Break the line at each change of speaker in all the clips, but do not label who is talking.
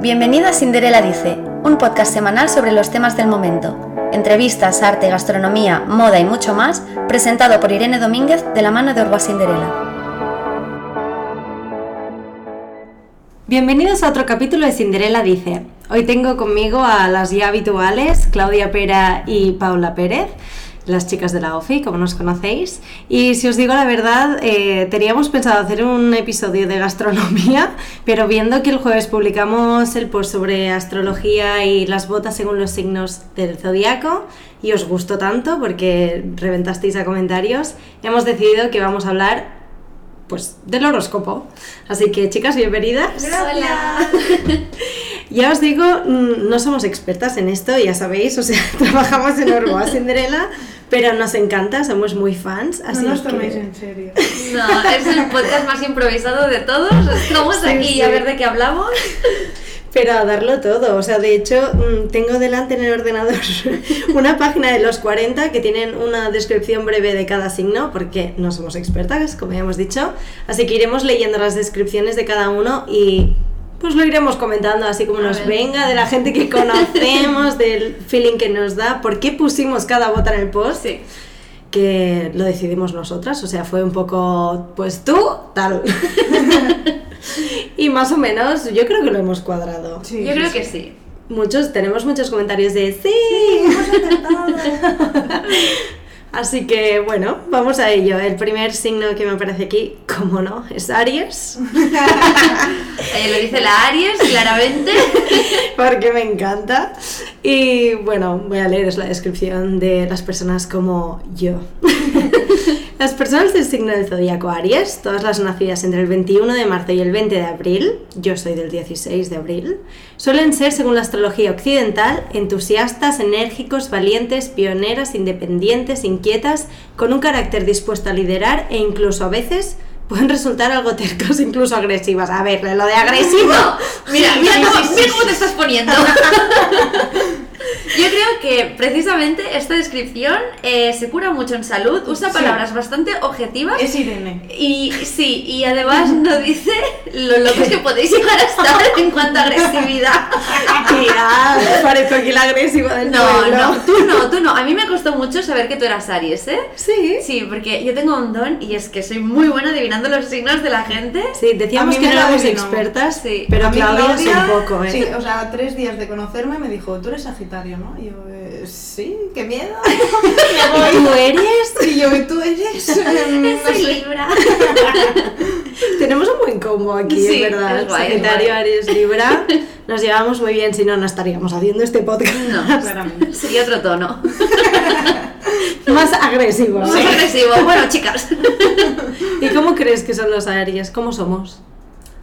Bienvenida a Cinderella Dice, un podcast semanal sobre los temas del momento. Entrevistas, arte, gastronomía, moda y mucho más, presentado por Irene Domínguez de la mano de Orba Cinderella.
Bienvenidos a otro capítulo de Cinderella Dice. Hoy tengo conmigo a las ya habituales, Claudia Pera y Paula Pérez, las chicas de la OFI, como nos conocéis. Y si os digo la verdad, eh, teníamos pensado hacer un episodio de gastronomía, pero viendo que el jueves publicamos el post sobre astrología y las botas según los signos del zodiaco, y os gustó tanto porque reventasteis a comentarios, hemos decidido que vamos a hablar pues del horóscopo. Así que chicas, bienvenidas. Ya os digo, mm, no somos expertas en esto, ya sabéis, o sea, trabajamos en Orboa Cinderella, pero nos encanta, somos muy fans, así
no nos
que-
toméis en serio.
No, es el podcast más improvisado de todos. Estamos
Sí,
aquí
sí.
a ver de qué hablamos.
Pero a darlo todo, o sea, de hecho, mm, tengo delante en el ordenador una página de los 40 que tienen una descripción breve de cada signo, porque no somos expertas, como ya hemos dicho, así que iremos leyendo las descripciones de cada uno y pues lo iremos comentando así como
A
nos
ver.
venga, de la gente que conocemos, del feeling que nos da, por qué pusimos cada bota en el post.
Sí.
que lo decidimos nosotras, o sea, fue un poco, pues tú, tal. y más o menos, yo creo que lo hemos cuadrado.
Sí,
Yo
sí,
creo
sí.
que sí.
Muchos, tenemos muchos comentarios de sí.
Hemos intentado.
Así que bueno, vamos a ello. El primer signo que me aparece aquí, como no, es Aries,
Eh, lo dice la Aries, claramente.
porque me encanta. Y bueno, voy a leer es la descripción de las personas como yo. Las personas del signo del zodiaco Aries, todas las nacidas entre el 21 de marzo y el 20 de abril, yo soy del 16 de abril, suelen ser, según la astrología occidental, entusiastas, enérgicos, valientes, pioneras, independientes, inquietas, con un carácter dispuesto a liderar e incluso a veces pueden resultar algo tercos, incluso agresivas. A ver, lo de agresivo.
No, mira, mira,
Sí,
cómo,
sí,
mira
sí,
cómo te estás poniendo. Yo creo que precisamente esta descripción eh, se cura mucho en salud, usa
Sí.
palabras bastante objetivas.
Es Irene.
Y sí, y además no dice lo locos que podéis llegar a estar en cuanto a agresividad.
Tía, parezco aquí la agresiva del
No,
pueblo.
no, tú no, tú no. A mí me costó mucho saber que tú eras Aries, ¿eh?
Sí.
Sí, porque yo tengo un don y es que soy muy buena adivinando los signos de la gente.
Sí, decíamos
A
que no
mí me la
éramos
adivinó.
expertas,
Sí.
pero
A mí
Claudia sí un poco, ¿eh?
Sí, o sea, tres días de conocerme me dijo, tú eres Sagitario, ¿no? Y yo, "Eh, sí, qué miedo.
¿Y tú eres?
Y yo, ¿y tú eres? Em, no
Soy
sé.
Libra.
Tenemos un buen combo aquí,
Sí,
es verdad.
es guay, es
Sagitario,
guay.
Aries, Libra. Nos llevamos muy bien, si no, no estaríamos haciendo este podcast
No,
Claramente.
sería otro tono.
más agresivo.
Más agresivo. Bueno, chicas.
¿Y cómo crees que son los Aries? ¿Cómo somos?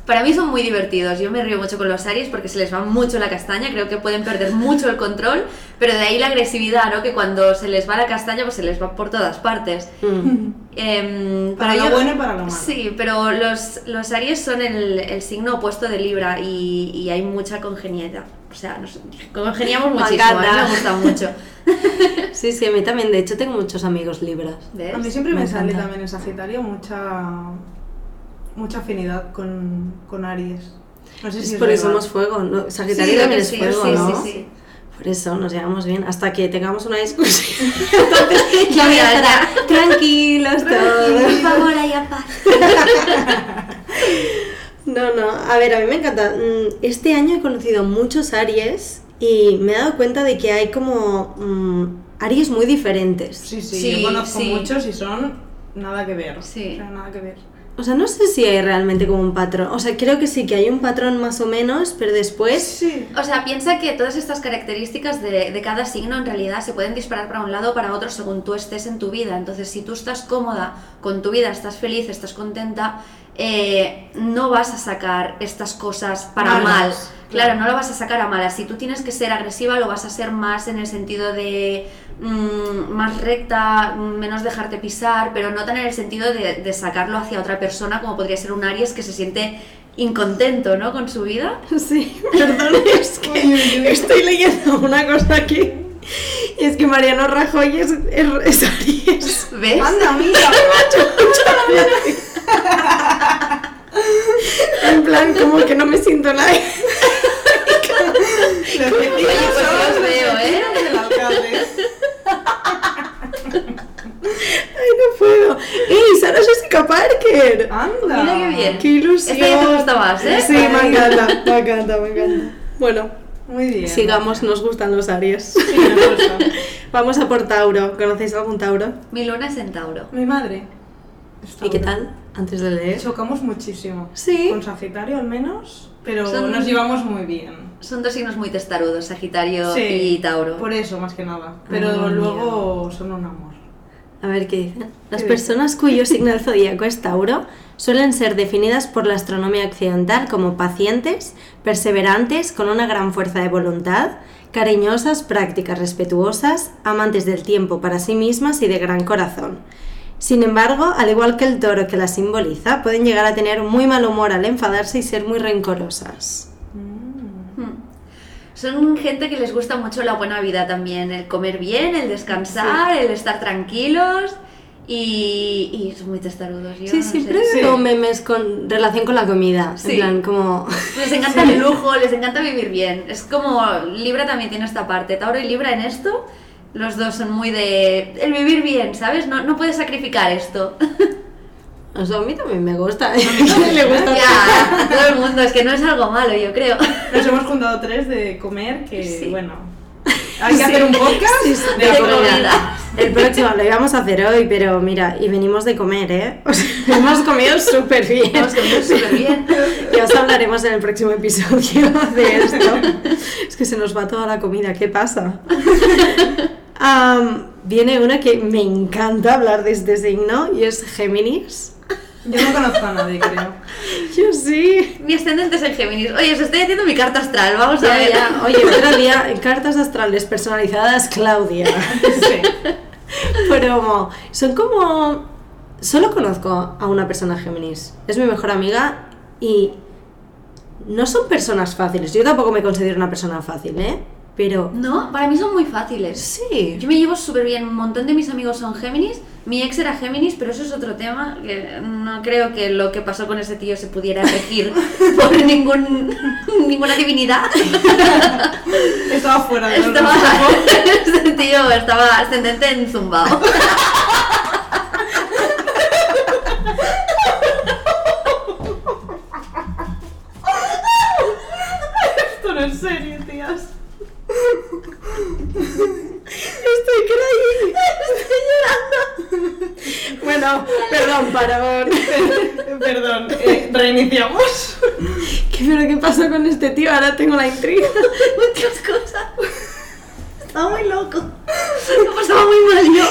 Para mí son muy divertidos. Yo me río mucho con los Aries porque se les va mucho la castaña. Creo que pueden perder mucho el control. Pero de ahí la agresividad, ¿no? Que cuando se les va la castaña, pues se les va por todas partes.
Mm.
Em,
Para
pero
lo
yo-
bueno y para lo malo.
Sí, pero los, los Aries son el, el signo opuesto de Libra y, y hay mucha congenieta. O sea, nos congeniamos
Me
muchísimo, a mí
encanta.
me gusta mucho.
Sí, sí, a mí también. De hecho, tengo muchos amigos Libras.
¿Ves?
A mí siempre me,
Me
sale
encanta.
también en Sagitario mucha, mucha afinidad con, con Aries. No sé si
Es
es
porque
verdad.
somos fuego. ¿no?
Sí,
Sagitario
creo
también
que
es
sí,
fuego,
sí,
¿no?
sí, sí.
Por eso nos llevamos bien. Hasta que tengamos una discusión.
Ya
Claudia
verás,
estará, tranquilos todos.
Por favor, ahí a paz.
No, no, a ver, a mí me encanta. Mm, Este año he conocido muchos Aries y me he dado cuenta de que hay como mm, Aries muy diferentes.
Sí, sí,
Sí,
yo conozco
sí.
muchos y son nada que ver.
Sí.
O sea, nada que ver.
O sea, no sé si hay realmente como un patrón. O sea, creo que sí, que hay un patrón más o menos, pero después...
Sí.
O sea, piensa que todas estas características de, de cada signo en realidad se pueden disparar para un lado o para otro según tú estés en tu vida. Entonces, si tú estás cómoda con tu vida, estás feliz, estás contenta, eh, no vas a sacar estas cosas para
Malas,
mal.
claro.
Claro, no lo vas a sacar a malas. Si tú tienes que ser agresiva, lo vas a ser más en el sentido de mm, más recta, menos dejarte pisar, pero no tan en el sentido de, de sacarlo hacia otra persona como podría ser un Aries que se siente incontento, ¿no? Con su vida.
Sí, perdón, es que
Uy, uy, uy.
estoy leyendo una cosa aquí. Y es que Mariano Rajoy es, es, es Aries.
¿Ves?
Anda, mira.
En plan, como que no me siento nada. Jessica Parker.
¡Anda!
Mira qué bien.
¡Qué ilusión!
Esta ya te gusta más, ¿eh?
Sí, me encanta, me encanta, me encanta. Bueno,
Muy bien.
sigamos, nos gustan los Aries.
Sí, me gusta.
Vamos a por Tauro. ¿Conocéis algún Tauro?
Mi luna es en Tauro.
Mi madre. es
¿Y qué
Tauro.
tal? Antes de leer.
Chocamos muchísimo.
Sí.
Con Sagitario al menos, pero
Son-
nos llevamos muy bien.
Son dos signos muy testarudos, Sagitario
Sí,
y Tauro.
Por eso, más que nada. Pero
Ah,
luego son un amor.
A ver qué dicen. Las
Sí.
personas cuyo signo del zodíaco es Tauro suelen ser definidas por la astronomía occidental como pacientes, perseverantes, con una gran fuerza de voluntad, cariñosas, prácticas, respetuosas, amantes del tiempo para sí mismas y de gran corazón. Sin embargo, al igual que el toro que la simboliza, pueden llegar a tener muy mal humor al enfadarse y ser muy rencorosas.
Mm.
Hmm. Son gente que les gusta mucho la buena vida también, el comer bien, el descansar, el estar tranquilos y, y son muy testarudos. yo
Sí,
no
siempre
sé.
Sí.
veo memes con relación con la comida. En
Sí.
plan, como...
Les encanta el lujo, les encanta vivir bien. Es como Libra también tiene esta parte. Tauro y Libra en esto, los dos son muy de el vivir bien, ¿sabes? No, no puedes sacrificar esto.
O sea, a mí también me gusta. le gusta
ya, todo el mundo, es que no es algo malo, yo creo.
Nos hemos juntado tres de comer que,
Sí.
bueno. Hay que hacer un podcast de,
de
la
comida.
comida.
El próximo lo íbamos a hacer hoy, pero mira, y venimos de comer, ¿eh? O sea, hemos comido súper bien.
Hemos comido súper bien.
Ya os hablaremos en el próximo episodio de esto. Es que se nos va toda la comida, ¿qué pasa? Am, viene una que me encanta hablar de este signo y es Géminis.
Yo no conozco a nadie, creo.
Yo sí.
Mi ascendente es en Géminis. Oye, os estoy haciendo mi carta astral, vamos a
Ya,
ver.
ya. Oye, otro día, cartas astrales personalizadas, Claudia.
Sí.
Promo. Son como. Solo conozco a una persona Géminis. Es mi mejor amiga y. No son personas fáciles. Yo tampoco me considero una persona fácil, ¿eh? Pero.
No, para mí son muy fáciles.
Sí.
Yo me llevo súper bien, un montón de mis amigos son Géminis. Mi ex era Géminis, pero eso es otro tema. Que no creo que lo que pasó con ese tío se pudiera regir por ningún, ninguna divinidad.
Estaba fuera de
Estaba,
orden.
ese tío estaba ascendente en zumbao.
Esto no es serio, tías.
Estoy creyendo. Estoy llorando. Bueno, perdón, parón.
Perdón, eh, reiniciamos.
¿Qué, pero ¿qué pasó con este tío? Ahora tengo la intriga.
Muchas cosas. Estaba muy loco. Lo pasaba muy mal yo.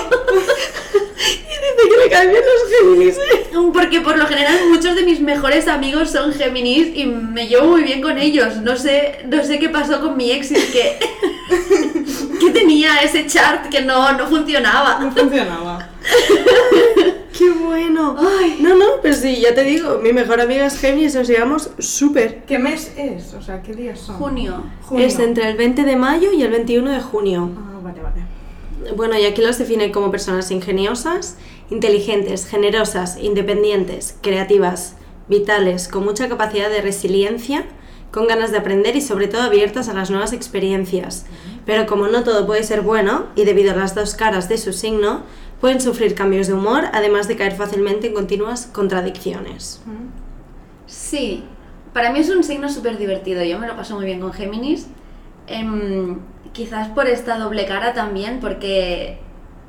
Dice que le caen bien los Géminis, ¿eh?
Porque por lo general muchos de mis mejores amigos son Géminis y me llevo muy bien con ellos. No sé, no sé qué pasó con mi ex, es que, que tenía ese chart que no, no funcionaba.
No funcionaba.
¡Qué bueno!
Ay.
No, no, pero sí, ya te digo, mi mejor amiga es Géminis, nos llevamos súper.
¿Qué mes es? O sea, ¿qué días son?
Junio.
Junio.
Es entre el 20 de mayo y el 21 de junio.
Ah, vale, vale.
Bueno, y aquí los define como personas ingeniosas, inteligentes, generosas, independientes, creativas, vitales, con mucha capacidad de resiliencia, con ganas de aprender y sobre todo abiertas a las nuevas experiencias. Pero como no todo puede ser bueno, y debido a las dos caras de su signo, pueden sufrir cambios de humor, además de caer fácilmente en continuas contradicciones.
Mm.
Sí, para mí es un signo súper divertido. Yo me lo paso muy bien con Géminis. Em, quizás por esta doble cara también, porque,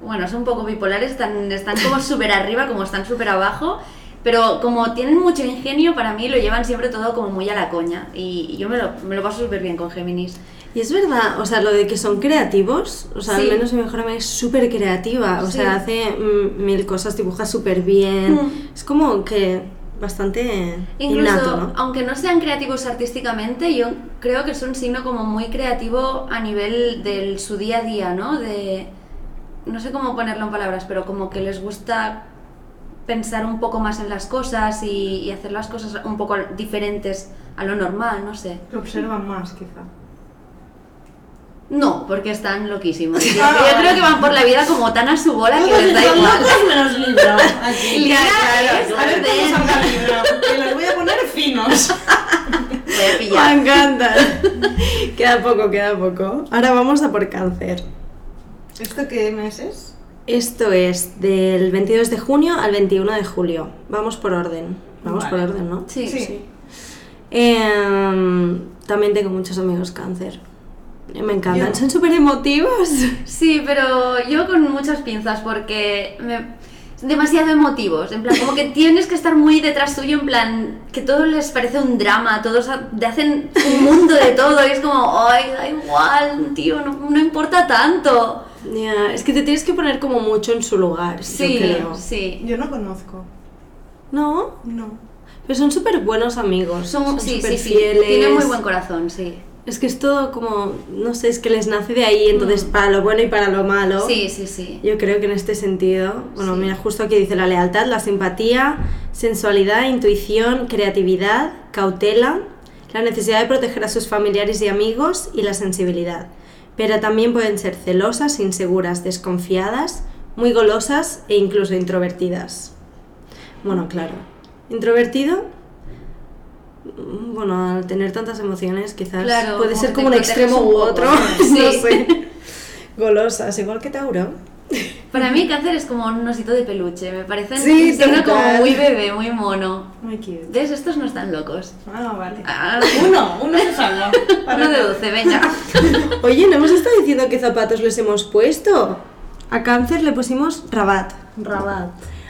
bueno, son un poco bipolares, están, están como súper arriba, como están súper abajo. Pero como tienen mucho ingenio, para mí lo llevan siempre todo como muy a la coña. Y yo me lo, me lo paso súper bien con Géminis.
Y es verdad, o sea, lo de que son creativos, o sea,
Sí.
al menos mi mejor amiga es súper creativa, o
Sí.
sea, hace mm, mil cosas, dibuja súper bien,
Mm.
es como que bastante
Incluso,
innato, ¿no?
aunque no sean creativos artísticamente, yo creo que es un signo como muy creativo a nivel del su día a día, ¿no? De no sé cómo ponerlo en palabras, pero como que les gusta pensar un poco más en las cosas y, y hacer las cosas un poco diferentes a lo normal, no sé.
Lo observan más, quizá.
No, porque están loquísimos. Yo,
Ah,
yo creo
vale.
que van por la vida como tan a su bola que les da igual.
menos libro.
Libra
claro.
es
A ver cómo
orden.
salga el libro. Que los voy a poner finos.
Voy a
Me
pillar.
encanta. queda poco, queda poco. Ahora vamos a por cáncer.
¿Esto qué mes es?
Esto es del 22 de junio al 21 de julio. Vamos por orden. Vamos
Vale.
por orden, ¿no?
Sí.
Sí.
Em, también tengo muchos amigos cáncer. Eh, Me encantan,
Yo.
son súper emotivos.
Sí, pero yo con muchas pinzas porque me- demasiado emotivos, en plan como que tienes que estar muy detrás suyo, en plan que todo les parece un drama, todos ha- te hacen un mundo de todo y es como, ay, da igual, tío, no, no importa tanto.
Ya, Es que te tienes que poner como mucho en su lugar, yo
Sí,
creo.
sí.
Yo no conozco.
¿No?
No.
Pero son súper buenos amigos.
Son, sí, sí,
súper
sí,
fieles.
tienen muy buen corazón, sí.
Es que es todo como, no sé, es que les nace de ahí, entonces para lo bueno y para lo malo.
Mm. Sí, sí, sí.
Yo creo que en este sentido, bueno,
Sí.
mira, justo aquí dice la lealtad, la simpatía, sensualidad, intuición, creatividad, cautela, la necesidad de proteger a sus familiares y amigos y la sensibilidad. Pero también pueden ser celosas, inseguras, desconfiadas, muy golosas e incluso introvertidas. Bueno, claro. Introvertido, mm, bueno, al tener tantas emociones quizás
Claro,
puede
como
ser
que
como un
te proteges
extremo
un
u
poco,
otro.
¿no?
No
Sí.
sé. Golosas, igual que Tauro.
Para mí cáncer es como un osito de peluche, me parecen
Sí,
un signo como
total.
muy bebé, muy mono.
Muy cute.
¿Ves? Estos no están locos.
Ah, vale.
Ah,
Uno, uno se salva.
Uno de 12, venga.
Oye, no hemos estado diciendo qué zapatos les hemos puesto. A Cáncer le pusimos Rabat.
Rabat.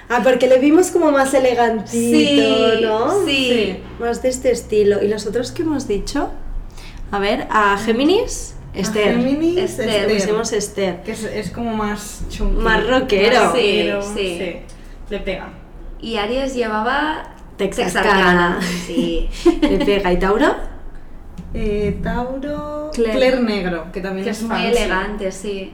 Ah, porque le vimos como más elegantito,
Sí,
¿no?
sí.
Más de este estilo. ¿Y los otros que hemos dicho? A ver, a Géminis, Esther.
Géminis,
Esther.
Le
Esther.
pusimos Esther.
Que es, es como más chunky.
Más rockero.
Más rockero,
Sí, sí.
sí, Le pega.
Y Aries llevaba
Texarkana.
Sí.
Le pega. ¿Y Tauro?
Eh, Tauro.
Claire.
Claire. Negro, que también
Que
es
es muy
fancy.
elegante, sí.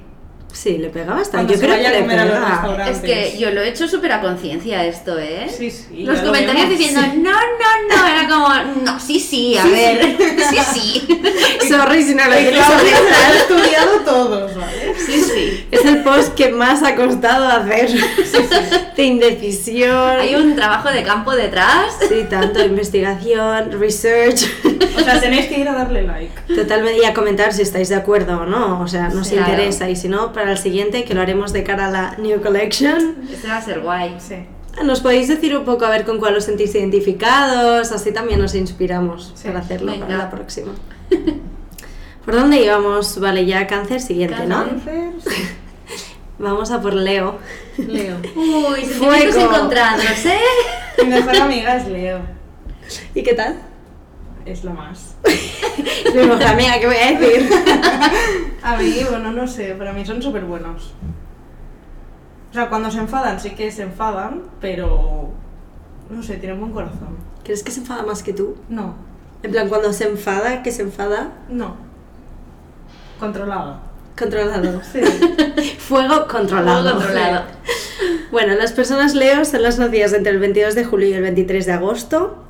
Sí, le pega bastante.
Cuando
Yo
se
creo
vaya
que
a
le
comer a los
pega.
restaurantes.
Es que yo lo he hecho súper a conciencia esto, ¿eh?
Sí, sí.
Los
ya lo
comentarios
vemos.
diciendo, no, no, no, era como, no, sí, sí, a ver, sí, sí,
Sorry si no lo
Y
quieres
Claudia
saber.
se lo ha estudiado todos, ¿vale?
sí, sí.
Es el post que más ha costado hacer. De indecisión.
Hay un trabajo de campo detrás.
Sí, tanto investigación, research.
O sea, tenéis que ir a darle like.
Totalmente, y a comentar si estáis de acuerdo o no, o sea, nos
Sí.
interesa, y si no, para el siguiente, que lo haremos de cara a la New Collection,
Este va a ser guay.
Sí.
nos podéis decir un poco a ver con cuál os sentís identificados, así también nos inspiramos
Sí,
para hacerlo para
venga.
la próxima. ¿Por dónde íbamos? Vale, ya cáncer siguiente, ¿no?
Cáncer, sí.
Vamos a por Leo.
Leo.
Uy, sentimientos
Fuego.
encontrados, ¿eh?
Mi mejor amiga es Leo.
¿Y qué tal?
Es lo más.
Mi mejor amiga, ¿qué voy a decir?
A mí, bueno, no sé, para mí son súper buenos. O sea, cuando se enfadan sí que se enfadan, pero... No sé, tienen buen corazón.
¿Crees que se enfada más que tú?
No,
En plan, cuando se enfada, que se enfada,
no. Controlado.
controlado.
Sí.
Fuego controlado.
Fuego controlado.
Bueno, las personas Leo son las nacidas entre el 22 de julio y el 23 de agosto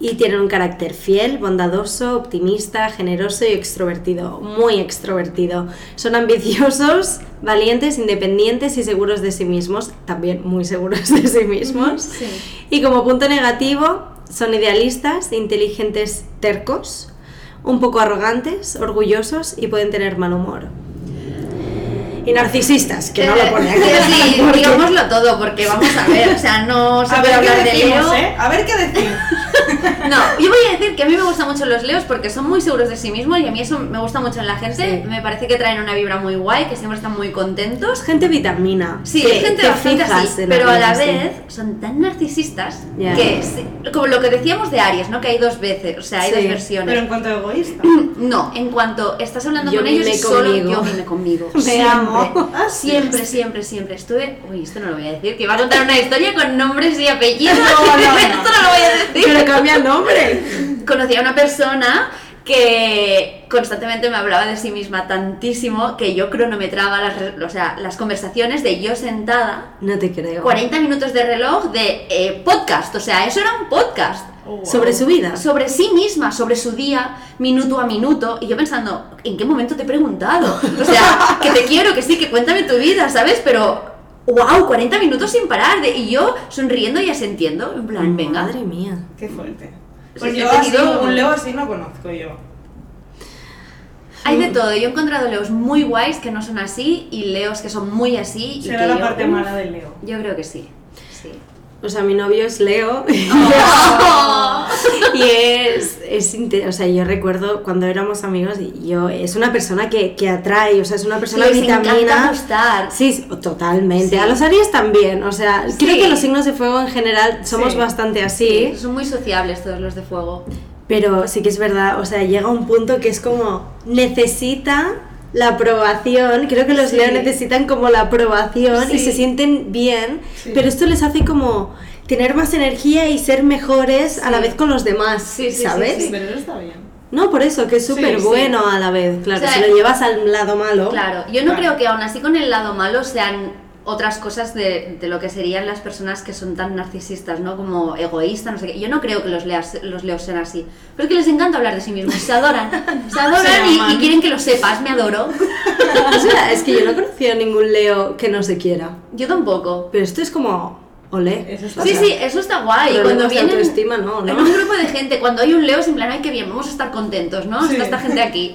y tienen un carácter fiel, bondadoso, optimista, generoso y extrovertido, muy extrovertido. Son ambiciosos, valientes, independientes y seguros de sí mismos, también muy seguros de sí mismos.
Sí.
Y como punto negativo, son idealistas, inteligentes, tercos, un poco arrogantes, orgullosos y pueden tener mal humor. Y narcisistas, que no lo pone aquí.
Eh, sí,
porque-
digámoslo todo, porque vamos a ver, o sea, no se
a
puede
ver
hablar
qué
de Leo.
decimos, ¿eh? A ver qué decimos.
No, yo voy a decir que a mí me gustan mucho los leos porque son muy seguros de sí mismos y a mí eso me gusta mucho en la gente.
Sí.
Me parece que traen una vibra muy guay, que siempre están muy contentos.
Es gente vitamina.
Sí,
que
hay gente
te
bastante
fijas
así,
en
pero a la
ellos, sí.
vez son tan narcisistas
Ya.
que, sí, como lo que decíamos de Aries, ¿no? Que hay dos veces, o sea, hay
Sí,
dos
Pero
versiones.
en cuanto a egoísta.
No, en cuanto estás hablando
Yo
con ellos,
vime
y solo
conmigo.
yo vine conmigo.
Me
siempre,
amo.
siempre, siempre, siempre. Estuve. Uy, esto no lo voy a decir, que iba a contar una historia con nombres y apellidos.
No, no, no.
Esto no lo voy a decir.
Pero cambia el nombre.
conocí a una persona que constantemente me hablaba de sí misma tantísimo que yo cronometraba las, re- o sea, las conversaciones de yo sentada,
No te creo.
40 minutos de reloj de eh, podcast, o sea, eso era un podcast.
Oh, wow.
Sobre su vida.
Sobre sí misma, sobre su día, minuto a minuto, y yo pensando, ¿en qué momento te he preguntado? O sea, que te quiero, que sí, que cuéntame tu vida, ¿sabes? Pero, wow, 40 minutos sin parar, de- y yo sonriendo y asentiendo, en plan, venga,
Madre mía.
Qué fuerte.
Sí,
Pues
sí,
yo
he
así,
tenido-
un Leo así no conozco yo.
Hay de todo. Yo he encontrado leos muy guays que no son así y leos que son muy así. y
Será
que
la
yo-
parte
uf,
mala del Leo.
Yo creo que sí. sí.
O sea, mi novio es Leo.
Oh.
Y es, es inte- o sea, yo recuerdo cuando éramos amigos y yo, es una persona que, que atrae, o sea, es una persona
Les encanta
vitamina.
gustar.
Sí, sí, totalmente.
Sí.
A los Aries también, o sea, creo
Sí.
que los signos de fuego en general somos
Sí.
bastante así,
Son muy sociables todos los de fuego.
pero sí que es verdad, o sea, llega un punto que es como necesita la aprobación, creo que los
Sí.
Leo necesitan como la aprobación y
Sí.
se sienten bien,
Sí.
pero esto les hace como tener más energía y ser mejores a la
Sí.
vez con los demás,
Sí, sí, sí,
¿sabes?
Sí, pero eso está bien.
No, por eso, que es
Sí,
súper
sí.
bueno a la vez. Claro,
O sea,
si lo llevas al lado malo.
Claro, yo no
Claro.
creo que aún así con el lado malo sean otras cosas de, de lo que serían las personas que son tan narcisistas, ¿no? Como egoístas, no sé qué. Yo no creo que los, leas, los leos sean así. Pero es que les encanta hablar de sí mismos. Se adoran. Se adoran y- y,
aman.
quieren que lo sepas. Me adoro.
O sea, es que yo no he conocido ningún Leo que no se quiera.
Yo tampoco.
Pero esto es como. Olé.
Eso está
Sí,
bien.
sí, eso está guay.
Problemas
Cuando
de
vienen
autoestima, no,
en
¿no?
un grupo de gente, cuando hay un Leo, es en plan, ay, qué bien, vamos a estar contentos, ¿no?
Sí.
Está esta gente aquí.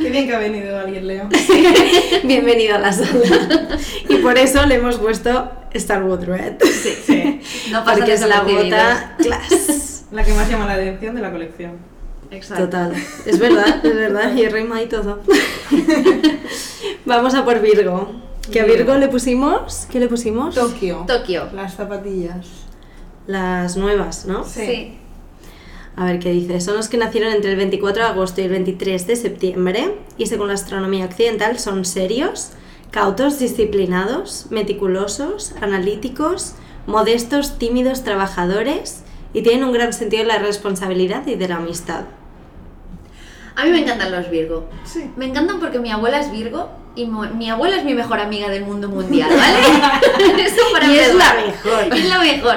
Qué bien que ha venido alguien, Leo.
Bienvenido a la sala. Y por eso le hemos puesto Starwood Red.
Sí.
No pasan
Porque es la
desapercibidos.
bota class.
La que más llama la atención de la colección.
Exacto.
Total. Es verdad, es verdad. Y rima y todo. Vamos a por Virgo. Que a Virgo
Virgo.
le pusimos. ¿Qué le pusimos?
Tokio.
Tokio.
Las zapatillas.
Las nuevas, ¿no?
Sí.
sí.
A ver qué dice. Son los que nacieron entre el 24 de agosto y el 23 de septiembre y según la astronomía occidental son serios, cautos, disciplinados, meticulosos, analíticos, modestos, tímidos, trabajadores y tienen un gran sentido de la responsabilidad y de la amistad.
A mí me encantan los Virgo.
Sí.
Me encantan porque mi abuela es Virgo y mo- mi abuela es mi mejor amiga del mundo mundial, ¿vale? Eso para mí es la mejor. Es la mejor.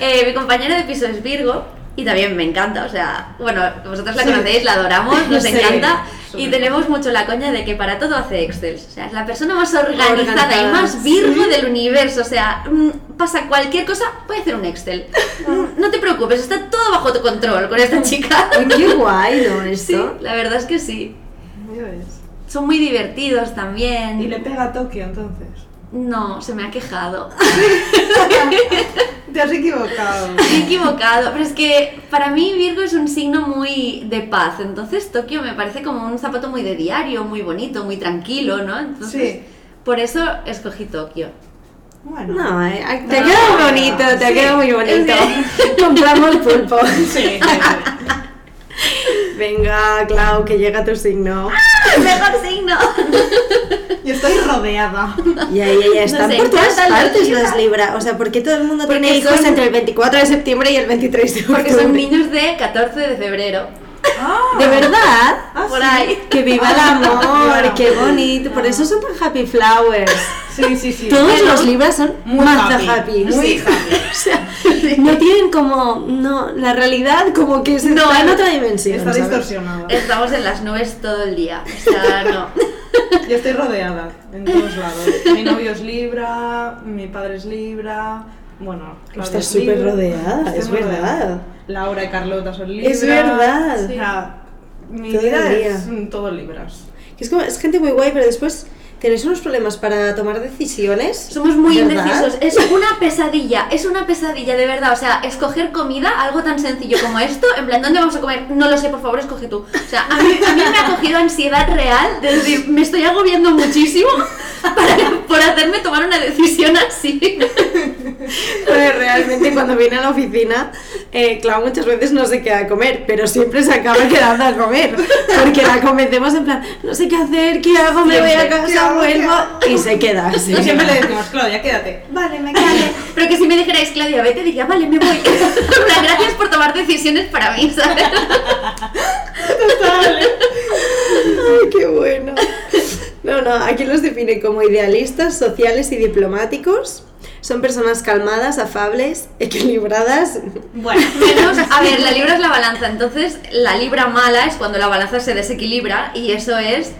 Eh, mi compañera de piso es Virgo y también me encanta, o sea, bueno, vosotros la
Sí.
conocéis, la adoramos, nos
Sí.
encanta
Sobre
y
todo.
tenemos mucho la coña de que para todo hace Excel. O sea, es la persona más organizada y
Organizada,
más Virgo del universo, o sea, mm, pasa cualquier cosa, puede hacer un Excel. Mm, No te preocupes, está todo bajo tu control con esta chica.
¡Qué guay, ¿no?
Sí, la verdad es que sí.
Ya ves.
Son muy divertidos también.
Y le pega a Tokio entonces.
No, se me ha quejado.
Te has equivocado.
Me he equivocado. Pero es que para mí Virgo es un signo muy de paz. Entonces Tokio me parece como un zapato muy de diario, muy bonito, muy tranquilo, ¿no? Entonces,
Sí.
por eso escogí Tokio.
Bueno.
No, eh, te ha quedado
No.
bonito, te ha
Sí.
quedado muy bonito. Compramos pulpo.
Sí.
Venga, Clau, que llega tu signo.
¡El mejor signo!
Y estoy rodeada.
Ya, ya, ya, están
Nos
por todas
encantan los
partes
Libra.
las Libra. O sea, ¿por qué todo el mundo
Porque
tiene hijos
son-
entre el 24 de septiembre y el 23 de octubre?
Porque son niños de 14 de febrero.
¿De verdad? Ah,
Ah,
por
sí.
ahí.
¡Que viva el amor!
Claro.
¡Qué bonito! Por eso son tan happy flowers.
Sí, sí, sí.
Todos
Pero-
los Libras son
Muy
más
happy,
happy.
muy
Sí.
happy.
O sea, no tienen como... No, la realidad como que se
No,
está en
no.
otra dimensión,
Está
¿sabes?
distorsionada.
Estamos en las nubes todo el día. O sea, no.
Yo estoy rodeada en todos lados. Mi novio es Libra, mi padre es Libra. Bueno, Claudia
Estás
es
súper
Libra.
rodeada,
Estoy
es
muy rodeada.
verdad.
Laura y Carlota son Libra.
Es verdad.
O sea, mi
Todo el
vida es
día.
mm, todo Libras.
Que Es, como, es gente muy guay, pero después tenéis unos problemas para tomar decisiones.
Somos muy
¿Verdad?
indecisos. Es una pesadilla, es una pesadilla, de verdad. O sea, escoger comida, algo tan sencillo como esto, en plan, ¿dónde vamos a comer? No lo sé, por favor, escoge tú. O sea, a mí, a mí me ha cogido ansiedad real, de decir, me estoy agobiando muchísimo para- por hacerme tomar una decisión así.
Pues realmente cuando viene a la oficina, eh, Clau muchas veces no se queda a comer, pero siempre se acaba quedando a comer. Porque la convencemos en plan, no sé qué hacer, qué hago, me voy a
Siempre.
casa,
¿Qué hago, qué
vuelvo. Y se queda. se
Y siempre
queda.
le decimos, Claudia, quédate. Vale, me
Vale, pero que si me dijerais, Claudia, vete, diría, vale, me voy. En plan, gracias por tomar decisiones para mí, ¿sabes?
Ay, qué bueno. No, no, aquí los define como idealistas, sociales y diplomáticos. Son personas calmadas, afables, equilibradas.
Bueno,
Menos- a ver, la libra es la balanza, entonces la libra mala es cuando la balanza se desequilibra y eso es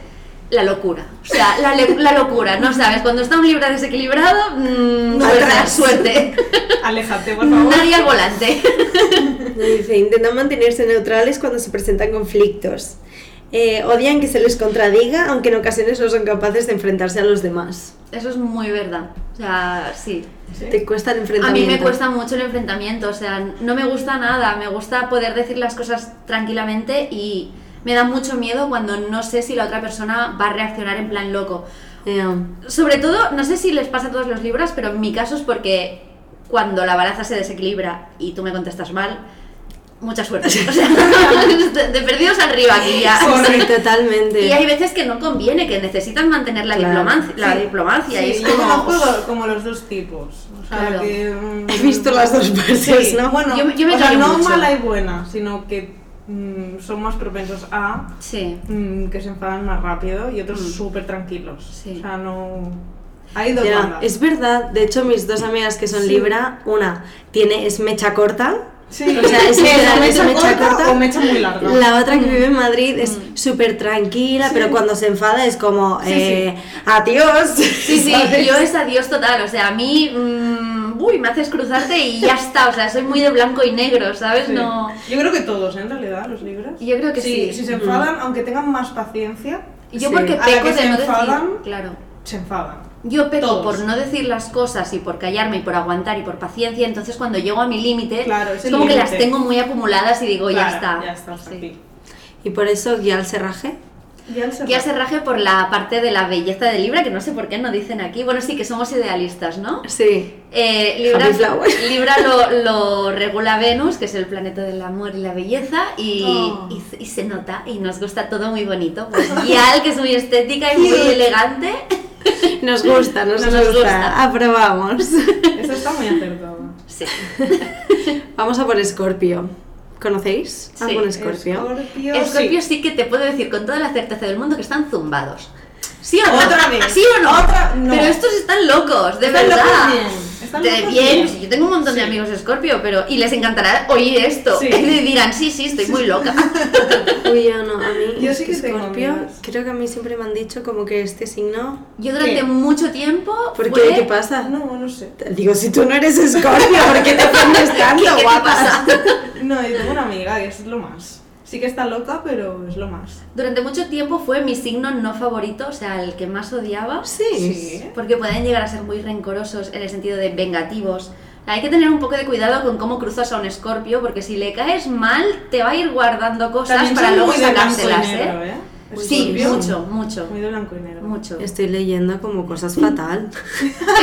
la locura. O sea, la, le- la locura, no sabes, cuando está un libra desequilibrado, mmm,
No
suerte,
atrás.
suerte.
aléjate, por favor.
Nadie al volante.
Dice, intentan mantenerse neutrales cuando se presentan conflictos. Eh, odian que se les contradiga, aunque en ocasiones no son capaces de enfrentarse a los demás.
Eso es muy verdad. O sea, sí.
Sí.
Te cuesta el
¿Eh? A
enfrentamiento.
mí me cuesta mucho el enfrentamiento, o sea, no me gusta nada, me gusta poder decir las cosas tranquilamente y me da mucho miedo cuando no sé si la otra persona va a reaccionar en plan loco.
Ya.
Sobre todo, no sé si les pasa a todos los libros, pero en mi caso es porque cuando la balanza se desequilibra y tú me contestas mal, mucha suerte. O sea, de, de perdidos arriba aquí ya.
Sí, totalmente.
Y hay veces que no conviene, que necesitan mantener la,
Claro.
diplomancia, la
Sí.
diplomacia. y
Sí,
es
yo
como...
conozco lo- como los dos tipos. O sea,
Claro.
que, mm,
He visto las dos partes,
sí,
¿no?
Bueno,
Yo me- yo me
o sea,
río
no
mucho.
mala y buena, sino que mm, son más propensos a
Sí.
mm, que se enfadan más rápido y otros súper tranquilos.
Mm. Sí.
O sea, no. Hay dos
Ya,
bandas.
es verdad, de hecho mis dos amigas que son
Sí.
Libra, una tiene es mecha corta,
Sí,
o sea, es
Sí,
literal,
o
es mecha corta.
o mecha muy larga.
la otra
Mm.
que vive en Madrid es súper tranquila, pero cuando se enfada es como,
Sí, sí.
eh, adiós.
Sí, sí, yo es adiós total, o sea, a mí, mm, uy, me haces cruzarte y ya está, o sea, soy muy de blanco y negro, ¿sabes?
Sí.
No...
Yo creo que todos, ¿eh? en realidad, los libros.
Yo creo que sí.
Si se enfadan, aunque tengan más paciencia,
Yo
Sí.
porque
A la
peco
que
de
se
no decir...
enfadan.
Claro.
se enfadan.
Yo peco
Todos.
por no decir las cosas y por callarme y por aguantar y por paciencia, entonces cuando llego a mi límite,
Claro,
es
es el
como que las
límite.
tengo muy acumuladas y digo, ya
Claro,
está.
Ya está, hasta
Sí.
aquí.
Y por eso guía al serraje.
Ya el
Y al serraje por la parte de la belleza de Libra, que no sé por qué no dicen aquí. Bueno, sí que somos idealistas, ¿no?
Sí.
Eh, Libra,
Happy flower.
Libra lo, lo regula Venus, que es el planeta del amor y la belleza, y,
Oh.
y se- y se nota, y nos gusta todo muy bonito. Pues Gial, que es muy estética y muy elegante.
Nos gusta, nos,
Nos
gusta.
gusta.
Aprobamos.
Eso está muy acertado.
Sí.
Vamos a por Escorpio. ¿Conocéis
Sí,
algún Escorpio?
Escorpio,
Escorpio
sí.
sí. que te puedo decir con toda la certeza del mundo que están zumbados. ¿Sí o no?
Otra vez.
¿Sí o no?
Otra- no.
Pero estos están locos, de
Están
verdad.
locos bien, están
De
locos
bien,
bien.
sí, yo tengo un montón de
Sí.
amigos Escorpio, pero y les encantará oír esto.
Sí.
Y dirán, sí, sí, estoy muy loca.
Uy, yo no, a mí
Yo
es
sí
que
que tengo
Escorpio,
amigas.
creo que a mí siempre me han dicho como que este signo...
Yo durante
¿Qué?
mucho tiempo
¿Por
fue-
qué? ¿Qué pasa?
No, no sé.
Digo, si tú no eres Escorpio, ¿por qué te pones tanto,
¿Qué- qué te
guapa?
pasa?
No, yo tengo una amiga que es lo más. Sí que está loca, pero es lo más.
Durante mucho tiempo fue mi signo no favorito, o sea, el que más odiaba.
Sí.
Sí.
Porque pueden llegar a ser muy rencorosos en el sentido de vengativos. Hay que tener un poco de cuidado con cómo cruzas a un escorpio, porque si le caes mal, te va a ir guardando cosas
También
para
son
luego
muy de blanco y
sacárselas,
negro,
¿eh?
¿eh?
Sí,
Escorpio,
mucho, mucho,
Muy de blanco y negro.
mucho.
Estoy leyendo como cosas fatal.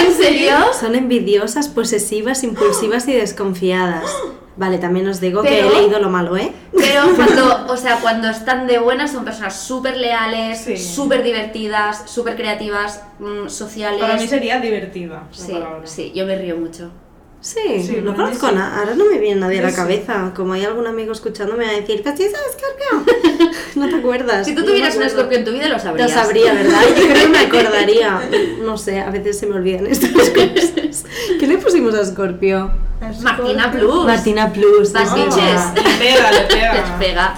¿En serio?
Son envidiosas, posesivas, impulsivas y desconfiadas. Vale, también os digo que he
Pero-
leído lo malo, ¿eh?
Pero cuando, o sea, cuando están de buenas son personas súper
Sí.
leales, súper divertidas, súper creativas, mm, sociales.
Para mí sería divertida. la
Sí,
palabra.
sí, yo me río mucho.
Sí,
Sí,
lo
para mí
conozco.
sí.
na- Ahora no me viene nadie a la
Yo sí.
cabeza. Como hay algún amigo escuchándome va a decir, ¿pero sí sabes Escorpio? no te acuerdas.
Si tú
No
tuvieras
me
un
acuerdo.
escorpio en tu vida, lo
Lo
sabrías.
sabría, ¿verdad? Yo creo que me acordaría. No sé, a veces se me olvidan estas cosas. ¿Qué le pusimos a Escorpio?
Martina Plus.
Martina Plus.
Vas
¿no?
bitches.
Ah, le pega, le pega. Pues
Les pega.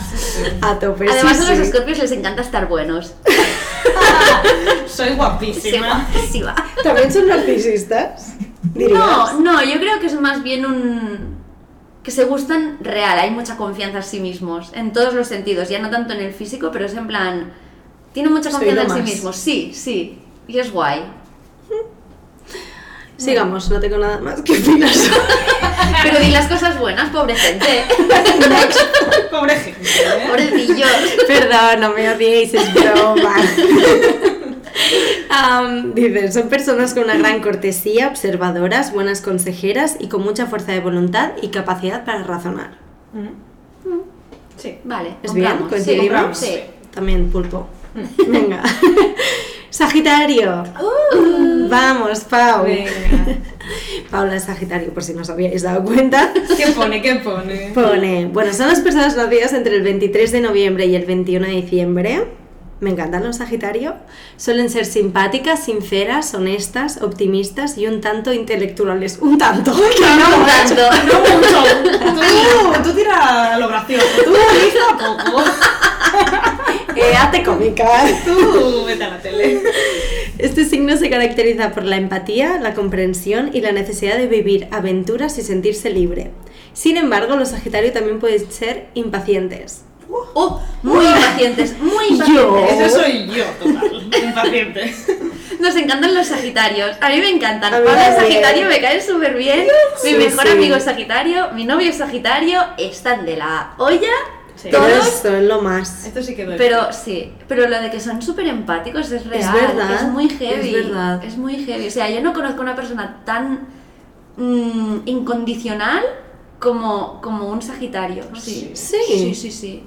A tope. sí,
Además a los
sí.
escorpios les encanta estar buenos. Sí,
Soy
va,
guapísima.
sí va.
¿También son narcisistas? Dirías.
No, no, yo creo que es más bien un... que se gustan real, hay mucha confianza en sí mismos, en todos los sentidos, ya no tanto en el físico, pero es en plan... Tiene mucha
Soy
confianza en
lo
sí
más.
mismos, sí, sí, y es guay.
Sigamos, no tengo nada más que opinar.
Pero di las cosas buenas, pobre gente,
Pobre gente, ¿eh?
pobrecillos.
Perdón, no me odiéis, es broma. Am, dice, son personas con una gran cortesía, observadoras, buenas consejeras y con mucha fuerza de voluntad y capacidad para razonar.
Mm. Sí.
Vale,
¿Es Pues bien?
compramos, sí,
¿Coincidimos?
Sí.
También pulpo. Venga. Sagitario.
Uh.
Vamos, Pau.
Venga.
Paula es Sagitario, por si no os habíais dado cuenta.
¿Qué pone? ¿Qué pone?
Pone, bueno, son las personas nacidas entre el 23 de noviembre y el 21 de diciembre. Me encantan los Sagitario. Suelen ser simpáticas, sinceras, honestas, optimistas y un tanto intelectuales. Un tanto.
No, tanto.
No mucho. Tú, tú tira a lo gracioso. Tú lista poco.
Eh, hazte cómica.
Tú vete a la tele.
Este signo se caracteriza por la empatía, la comprensión y la necesidad de vivir aventuras y sentirse libre. Sin embargo, los Sagitario también pueden ser impacientes.
Oh, muy impacientes, muy impacientes.
Ese soy yo, total. Impaciente.
Nos encantan los sagitarios. A mí me encantan.
A mí
Pablo es
también.
sagitario, me cae súper bien.
Sí,
mi mejor
sí.
amigo es sagitario, mi novio es sagitario, están de la olla.
Sí.
Todo- ¿Todos?
Esto es lo más.
Esto sí que duele.
Pero sí, pero lo de que son súper empáticos es real.
verdad,
Es muy heavy.
es verdad.
es muy heavy. O sea, yo no conozco una persona tan mm, incondicional como, como un sagitario. Sí.
Ah, Sí.
Sí, sí, sí.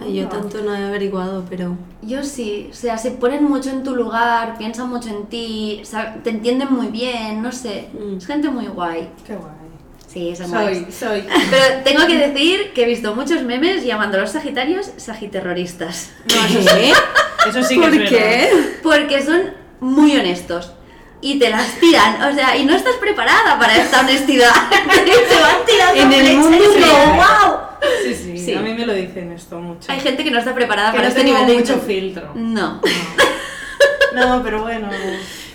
Ay, Yo tanto no he averiguado, pero...
Yo sí, o sea, se ponen mucho en tu lugar, piensan mucho en ti, sabe- te entienden muy bien, no sé.
Mm.
Es gente muy guay.
Qué guay.
Sí, son guays.
Soy, soy.
Pero tengo que decir que he visto muchos memes llamando a los sagitarios sagiterroristas.
No, eso
¿Eh?
sí. Eso sí que
¿Por
es
qué?
verdad.
Porque son muy honestos. Y te las tiran, o sea, y no estás preparada para esta honestidad. Te van tirando
En el
flechas
mundo
y digo,
real.
"Guau".
Sí, sí,
Sí.
A mí me lo dicen esto mucho.
Hay gente que no está preparada
que
para
no
este
tengo
nivel de Mm.
mucho
inten-
filtro.
No.
No, pero bueno.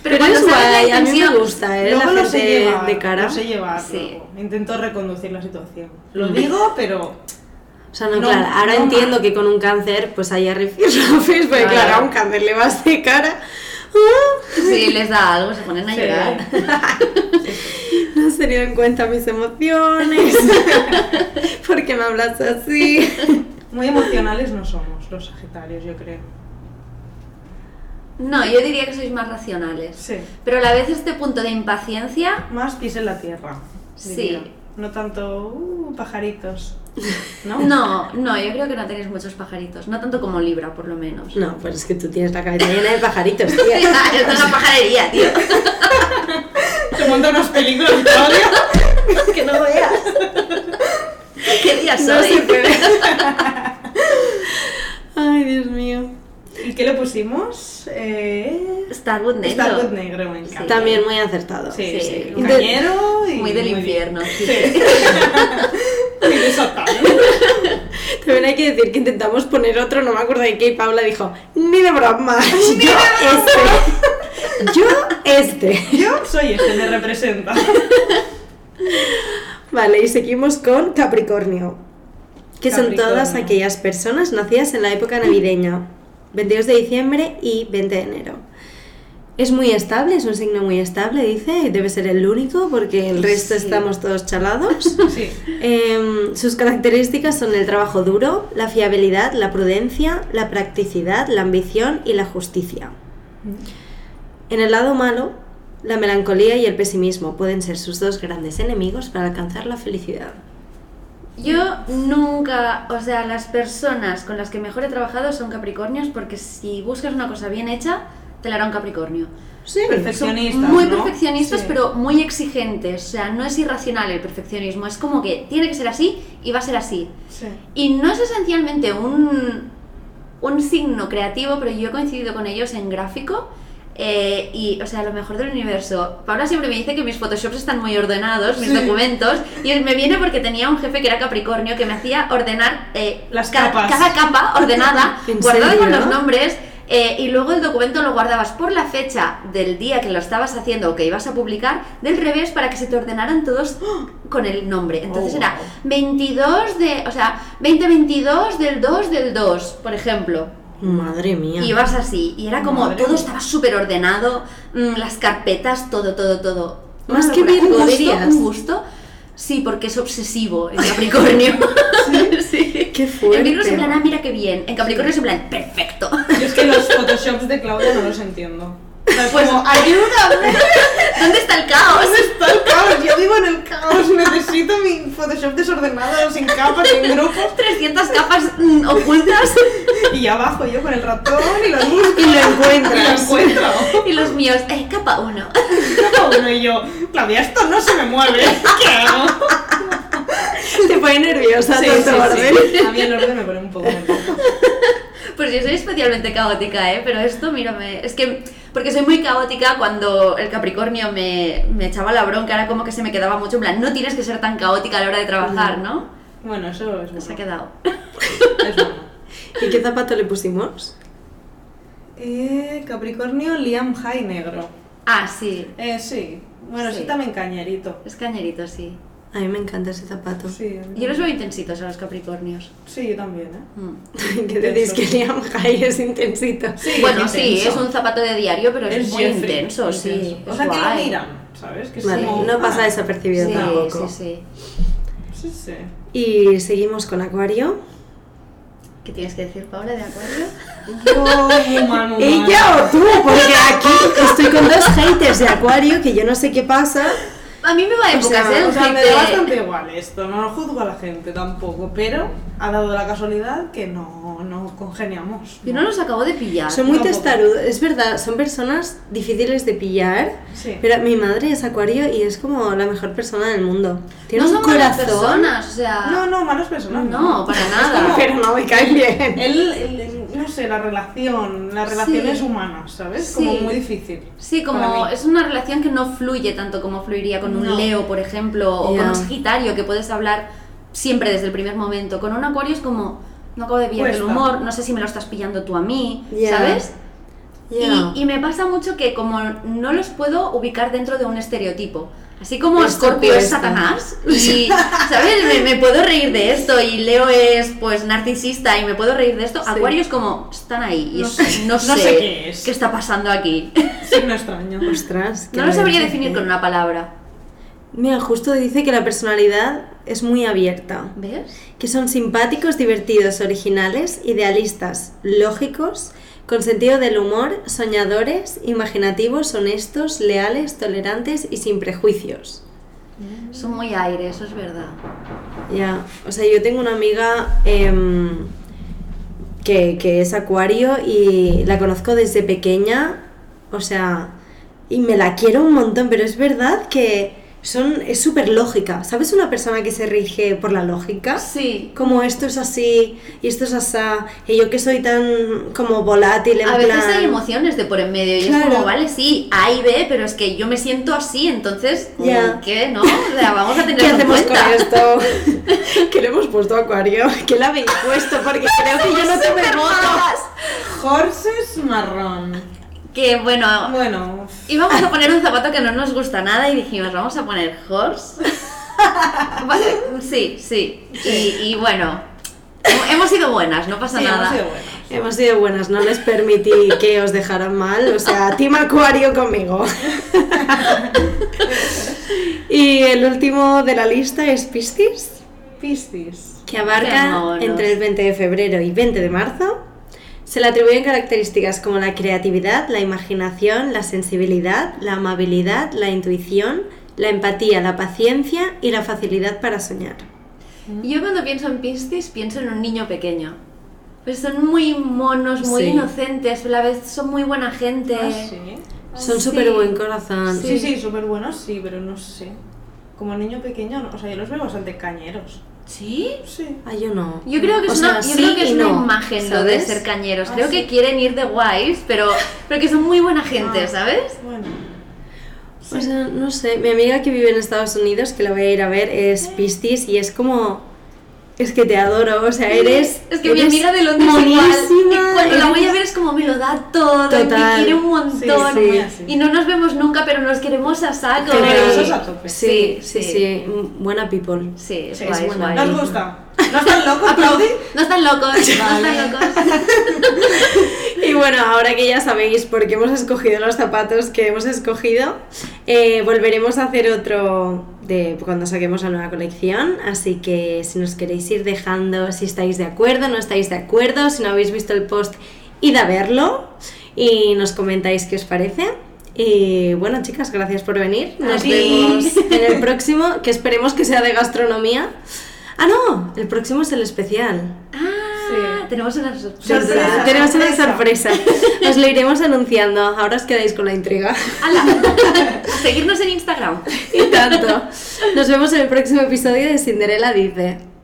Pero,
cuando
es
sabes la
guay, a mí me
intención-
gusta, ¿eh?
Luego
la
lo
gente
sé llevar.
de cara.
Lo sé llevar.
Sí.
luego. Intento reconducir la situación. Lo digo, pero.
O sea, no,
No,
claro, ahora
no
entiendo que con un cáncer pues haya refugios, pero pues, claro,
Claro.
a un cáncer le vas de cara. ¡Ah!
Sí, les da algo, se ponen a
Sí.
llorar.
No has tenido en cuenta mis emociones. ¿Por qué me hablas así?
Muy emocionales no somos los sagitarios, yo creo.
No, yo diría que sois más racionales.
Sí.
Pero a la vez este punto de impaciencia,
Más pies en la tierra.
Sí.
diría. No tanto uh, pajaritos. ¿No?
no, no, yo creo que no tenéis muchos pajaritos, no tanto como Libra, por lo menos.
No, pues es que tú tienes la cabeza llena de pajaritos,
Sí,
tía.
ah, Esto es una pajarería, tío.
Se monta unas películas de odio.
que no veas.
¿Qué día soy?
No se puede. Ay, Dios mío.
¿Y qué le pusimos? Eh...
Está good negro.
Starwood negro, me encanta.
También muy acertado.
Sí, sí.
Sí.
Un cañero y.
Muy del infierno. sí.
bien. Y de Satán.
También hay que decir que intentamos poner otro, no me acuerdo de qué, y Paula dijo, ni de broma. Yo este. Yo este.
Yo soy este, me representa.
Vale, y seguimos con Capricornio. Que son
Capricornio.
todas aquellas personas nacidas en la época navideña, 22 de diciembre y 20 de enero. Es muy estable, es un signo muy estable, dice, y debe ser el único porque el resto
Sí.
estamos todos chalados.
Sí.
Em, sus características son el trabajo duro, la fiabilidad, la prudencia, la practicidad, la ambición y la justicia. En el lado malo, la melancolía y el pesimismo pueden ser sus dos grandes enemigos para alcanzar la felicidad.
Yo nunca, o sea, las personas con las que mejor he trabajado son Capricornios porque si buscas una cosa bien hecha, te la hará un Capricornio.
Sí,
Son
Perfeccionistas.
muy
¿no?
perfeccionistas,
Sí.
pero muy exigentes. O sea, no es irracional el perfeccionismo. Es como que tiene que ser así y va a ser así.
Sí.
Y no es esencialmente un, un signo creativo, pero yo he coincidido con ellos en gráfico. eh, y, o sea, lo mejor del universo. Paula siempre me dice que mis Photoshops están muy ordenados, mis
Sí.
documentos. Y él me viene porque tenía un jefe que era Capricornio que me hacía ordenar eh,
Las
ca-
capas.
cada capa ordenada,
¿En
guardada
serio?
con los nombres. eh, y luego el documento lo guardabas por la fecha del día que lo estabas haciendo o que ibas a publicar, del revés, para que se te ordenaran todos ¡oh!, con el nombre. Entonces
Oh,
era
wow.
22 de, o sea, 2022 del 2 del 2, por ejemplo.
Madre mía.
Y vas así, y era como
Madre
todo
mía.
estaba súper ordenado, mm, las carpetas, todo, todo, todo. Una
Más que
locura.
bien
Un gusto,
dirías.
un gusto. Sí, porque es obsesivo en Capricornio. sí.
Qué fuerte.
En Virgo es en plan, ah, mira qué bien. En Capricornio es en plan, perfecto.
Yo es que los photoshops de Claudia no los entiendo. O sea, es
Pues,
como, ayúdame,
¿Dónde está el caos?
está el caos, yo vivo en el caos, necesito mi photoshop desordenado, sin capas, sin grupos,
300 capas mm, ocultas
y abajo yo con el ratón y los busco.
Y lo
Y lo
encuentras.
encuentro.
y los míos, eh, capa 1.
Cada uno y yo, Claudia, esto no se me mueve, ¿qué hago?
Te pone nerviosa
Sí,
tanto orden.
sí, sí. A mí el orden me pone un poco nerviosa.
Pues yo soy especialmente caótica, ¿eh? Pero esto, mírame, es que... Porque soy muy caótica cuando el Capricornio me, me echaba la bronca, era como que se me quedaba mucho en plan, no tienes que ser tan caótica a la hora de trabajar, ¿no?
Bueno, eso es bueno.
Se ha quedado.
Es bueno.
¿Y qué zapato le pusimos?
Eh, Capricornio, Liam High negro.
Ah, sí.
Eh, sí. Bueno,
Sí.
sí, también cañerito.
Es cañerito, sí.
A mí me encanta ese zapato.
Sí, a mí
Yo los veo intensitos a los Capricornios.
sí, yo también, ¿eh?
Mm.
que decís que Liam High es intensito.
Sí,
bueno,
es
sí, es
intenso.
un zapato de diario, pero es, muy
Jeffrey,
intenso, sí.
intenso. O
es
sea, que lo
guay.
miran, ¿sabes? Que es
Vale,
como-
no pasa
ah,
Sí,
desapercibido
sí,
tampoco.
sí.
Sí, sí.
Y seguimos con Acuario.
¿Qué tienes que decir, Paula, de acuerdo?
Yo, humano, humano.
¿Ella o tú? Porque aquí estoy con dos haters de Acuario que yo no sé qué pasa.
A mí me va a
O sea,
épocas, ¿eh?
O
Un
sea, me
hate
da
de-
bastante igual esto, no juzgo a la gente tampoco, pero ha dado la casualidad que no, no congeniamos.
Yo no los acabo de pillar.
Son muy
Tampoco.
testarudos, es verdad, son personas difíciles de pillar.
Sí.
Pero mi madre es Acuario y es como la mejor persona del mundo. Tiene
no
un
son malas
corazón.
personas, o sea...
No, no, malas personas.
No, para nada.
Pero no me caen bien.
Él, él- no sé, la relación, las relaciones
Sí.
humanas, ¿sabes?
Sí.
Como muy difícil.
Sí,
Para
como
mí.
es una relación que no fluye tanto como fluiría con un
No.
Leo, por ejemplo, o
Ya.
con un Sagitario, que puedes hablar siempre desde el primer momento. Con un Acuario es como, no acabo de pillar el
Cuesta.
humor, no sé si me lo estás pillando tú a mí,
Ya.
¿sabes?
Ya.
Y, y me pasa mucho que como no los puedo ubicar dentro de un estereotipo. Así como
Esto
Scorpio es
cuesta.
Satanás, y, ¿sabes? Me, me puedo reír de esto, y Leo es, pues, narcisista, y me puedo reír de esto. Acuario es como, están ahí, y
No
es-
sé-
no,
no
sé,
sé qué es.
está pasando aquí.
Sí, no extraño.
Ostras, qué
No lo sabría
maravilla.
definir con una palabra.
Mira, justo dice que la personalidad es muy abierta.
¿Ves?
que son simpáticos, divertidos, originales, idealistas, lógicos, con sentido del humor, soñadores, imaginativos, honestos, leales, tolerantes y sin prejuicios. Mm.
Son muy aire, eso es verdad.
Ya, o sea, yo tengo una amiga em, que, que es acuario y la conozco desde pequeña, o sea, y me la quiero un montón, pero es verdad que son, es súper lógica. ¿Sabes una persona que se rige por la lógica?
Sí.
como esto es así y esto es asá y yo que soy tan como volátil en
A veces
plan
hay emociones de por en medio y es
Claro.
como, vale, sí, A y B, pero es que yo me siento así, entonces, mm,
Ya.
¿qué? ¿No? O sea, vamos a tener
¿Qué hacemos
cuenta.
con esto? ¿Qué le hemos puesto a Acuario? ¿Qué le habéis puesto? Porque creo que yo no tuve voto.
Horses marrón.
Que bueno,
Bueno,
íbamos a poner un zapato que no nos gusta nada y dijimos, vamos a poner horse. Vale, sí, sí. Y, y bueno, hemos sido buenas, no pasa
sí,
nada.
hemos sido buenos.
Hemos sido buenas, no les permití que os dejaran mal, o sea, Team Acuario conmigo. y el último de la lista es Piscis.
Piscis.
que
Qué
abarca
monos.
entre el 20 de febrero y 20 de marzo. Se le atribuyen características como la creatividad, la imaginación, la sensibilidad, la amabilidad, la intuición, la empatía, la paciencia y la facilidad para soñar.
Yo cuando pienso en Piscis pienso en un niño pequeño. Pues son muy monos, muy
Sí.
inocentes, pero a la vez son muy buena gente.
Ah, sí.
Son
Sí.
súper buen corazón.
Sí, sí, súper buenos, sí, pero no sé. Como niño pequeño, no. o sea, yo los veo bastante cañeros.
¿Sí?
Sí.
Ah, yo no.
Yo creo que
O
es
sea,
una, yo
sí
creo que es
y
una
no,
imagen lo de
¿sabes?
ser cañeros.
Ah,
creo que
sí.
quieren ir de guays, pero, pero que son muy buena gente,
Ah.
¿sabes?
Bueno.
O sea, no sé, mi amiga que vive en Estados Unidos, que la voy a ir a ver, es Pistis y es como... Es que te adoro, o sea, eres...
Es que mi
eres
amiga de Londres igual.
monísima,
Y cuando la voy a
eres-
ver es como me lo da todo, y me
Total.
quiere un
Sí,
montón.
son muy así.
Y no nos vemos nunca, pero nos queremos a saco.
Pero-
Y-
Generosos a tope.
Sí, sí,
Sí,
sí,
sí.
mm, buena people.
Sí, es
Sí,
guay,
es
es
buena.
guay.
¿No os gusta? ¿No están locos, Claudi?
No están locos, no
Vale.
están locos.
Y bueno, ahora que ya sabéis por qué hemos escogido los zapatos que hemos escogido, eh, volveremos a hacer otro de cuando saquemos la nueva colección. Así que si nos queréis ir dejando, si estáis de acuerdo, no estáis de acuerdo, si no habéis visto el post, id a verlo y nos comentáis qué os parece. Y bueno, chicas, gracias por venir. Nos
A ti.
vemos en el próximo, que esperemos que sea de gastronomía. Ah, no, el próximo es el especial.
Ah,
Sí.
tenemos una sorpresa.
Sorpresa.
Tenemos una sorpresa. Os lo iremos anunciando. Ahora os quedáis con la intriga.
¡Hala! Seguirnos en Instagram.
Y tanto. Nos vemos en el próximo episodio de Cinderella Dice.